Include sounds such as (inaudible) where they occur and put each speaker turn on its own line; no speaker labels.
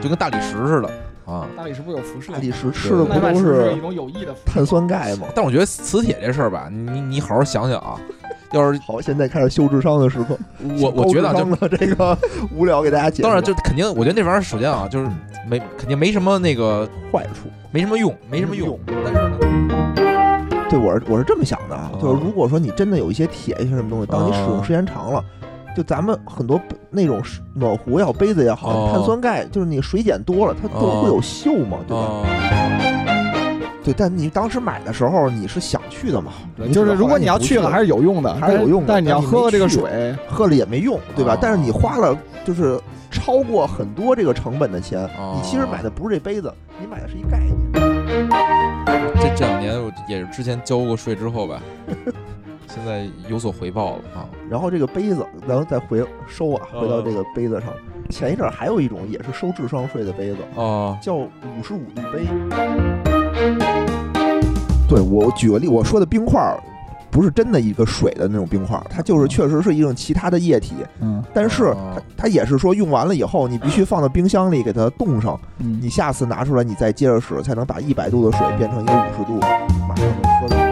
就跟大理石似的啊。
大理石不是有辐射
大
吗？
理石吃的
麦
不
饭
都
是不
是
一种有益的辐
碳酸钙吗？
但我觉得磁铁这事儿吧，你你好好想想啊，要是
好，现在开始修智商的时刻。
我我觉得啊就
就这个无聊给大家解释，
当然，就肯定，我觉得那玩意儿首先啊，就是没肯定没什么那个，
坏处
没什么用，没什么用。。但是呢，
对我是我是这么想的啊
啊，
就是如果说你真的有一些铁一些什么东西，当你使用
啊
时间长了，就咱们很多杯那种暖壶也好，杯子也好，
哦
碳酸钙就是你水碱多了，它都
哦
会有锈嘛，对吧？
啊，
对，但你当时买的时候你是想去的嘛？
对，
你
就是
只
如果
后来
你要
不
去了，还是有用的，
还是有用的
但是你要
但你
喝
没
了这个
去
水，
喝了也没用，对吧
哦？
但是你花了就是超过很多这个成本的钱，
哦
你其实买的不是这杯子，你买的是一概念。
这这两年我也是之前交过税之后吧， (laughs) 现在有所回报了啊。
然后这个杯子，咱们再回收啊，
嗯
回到这个杯子上。前一阵儿还有一种也是收智商税的杯子，
哦，
叫五十五度杯。对我举个例，我说的冰块儿不是真的一个水的那种冰块儿，它就是确实是一种其他的液体，
嗯
但是
哦
它它也是说用完了以后，你
(laughs)
必须放到冰箱里给它冻上，
嗯
你下次拿出来你再接着使，才能把一百度的水变成一个五十度，马上能喝到。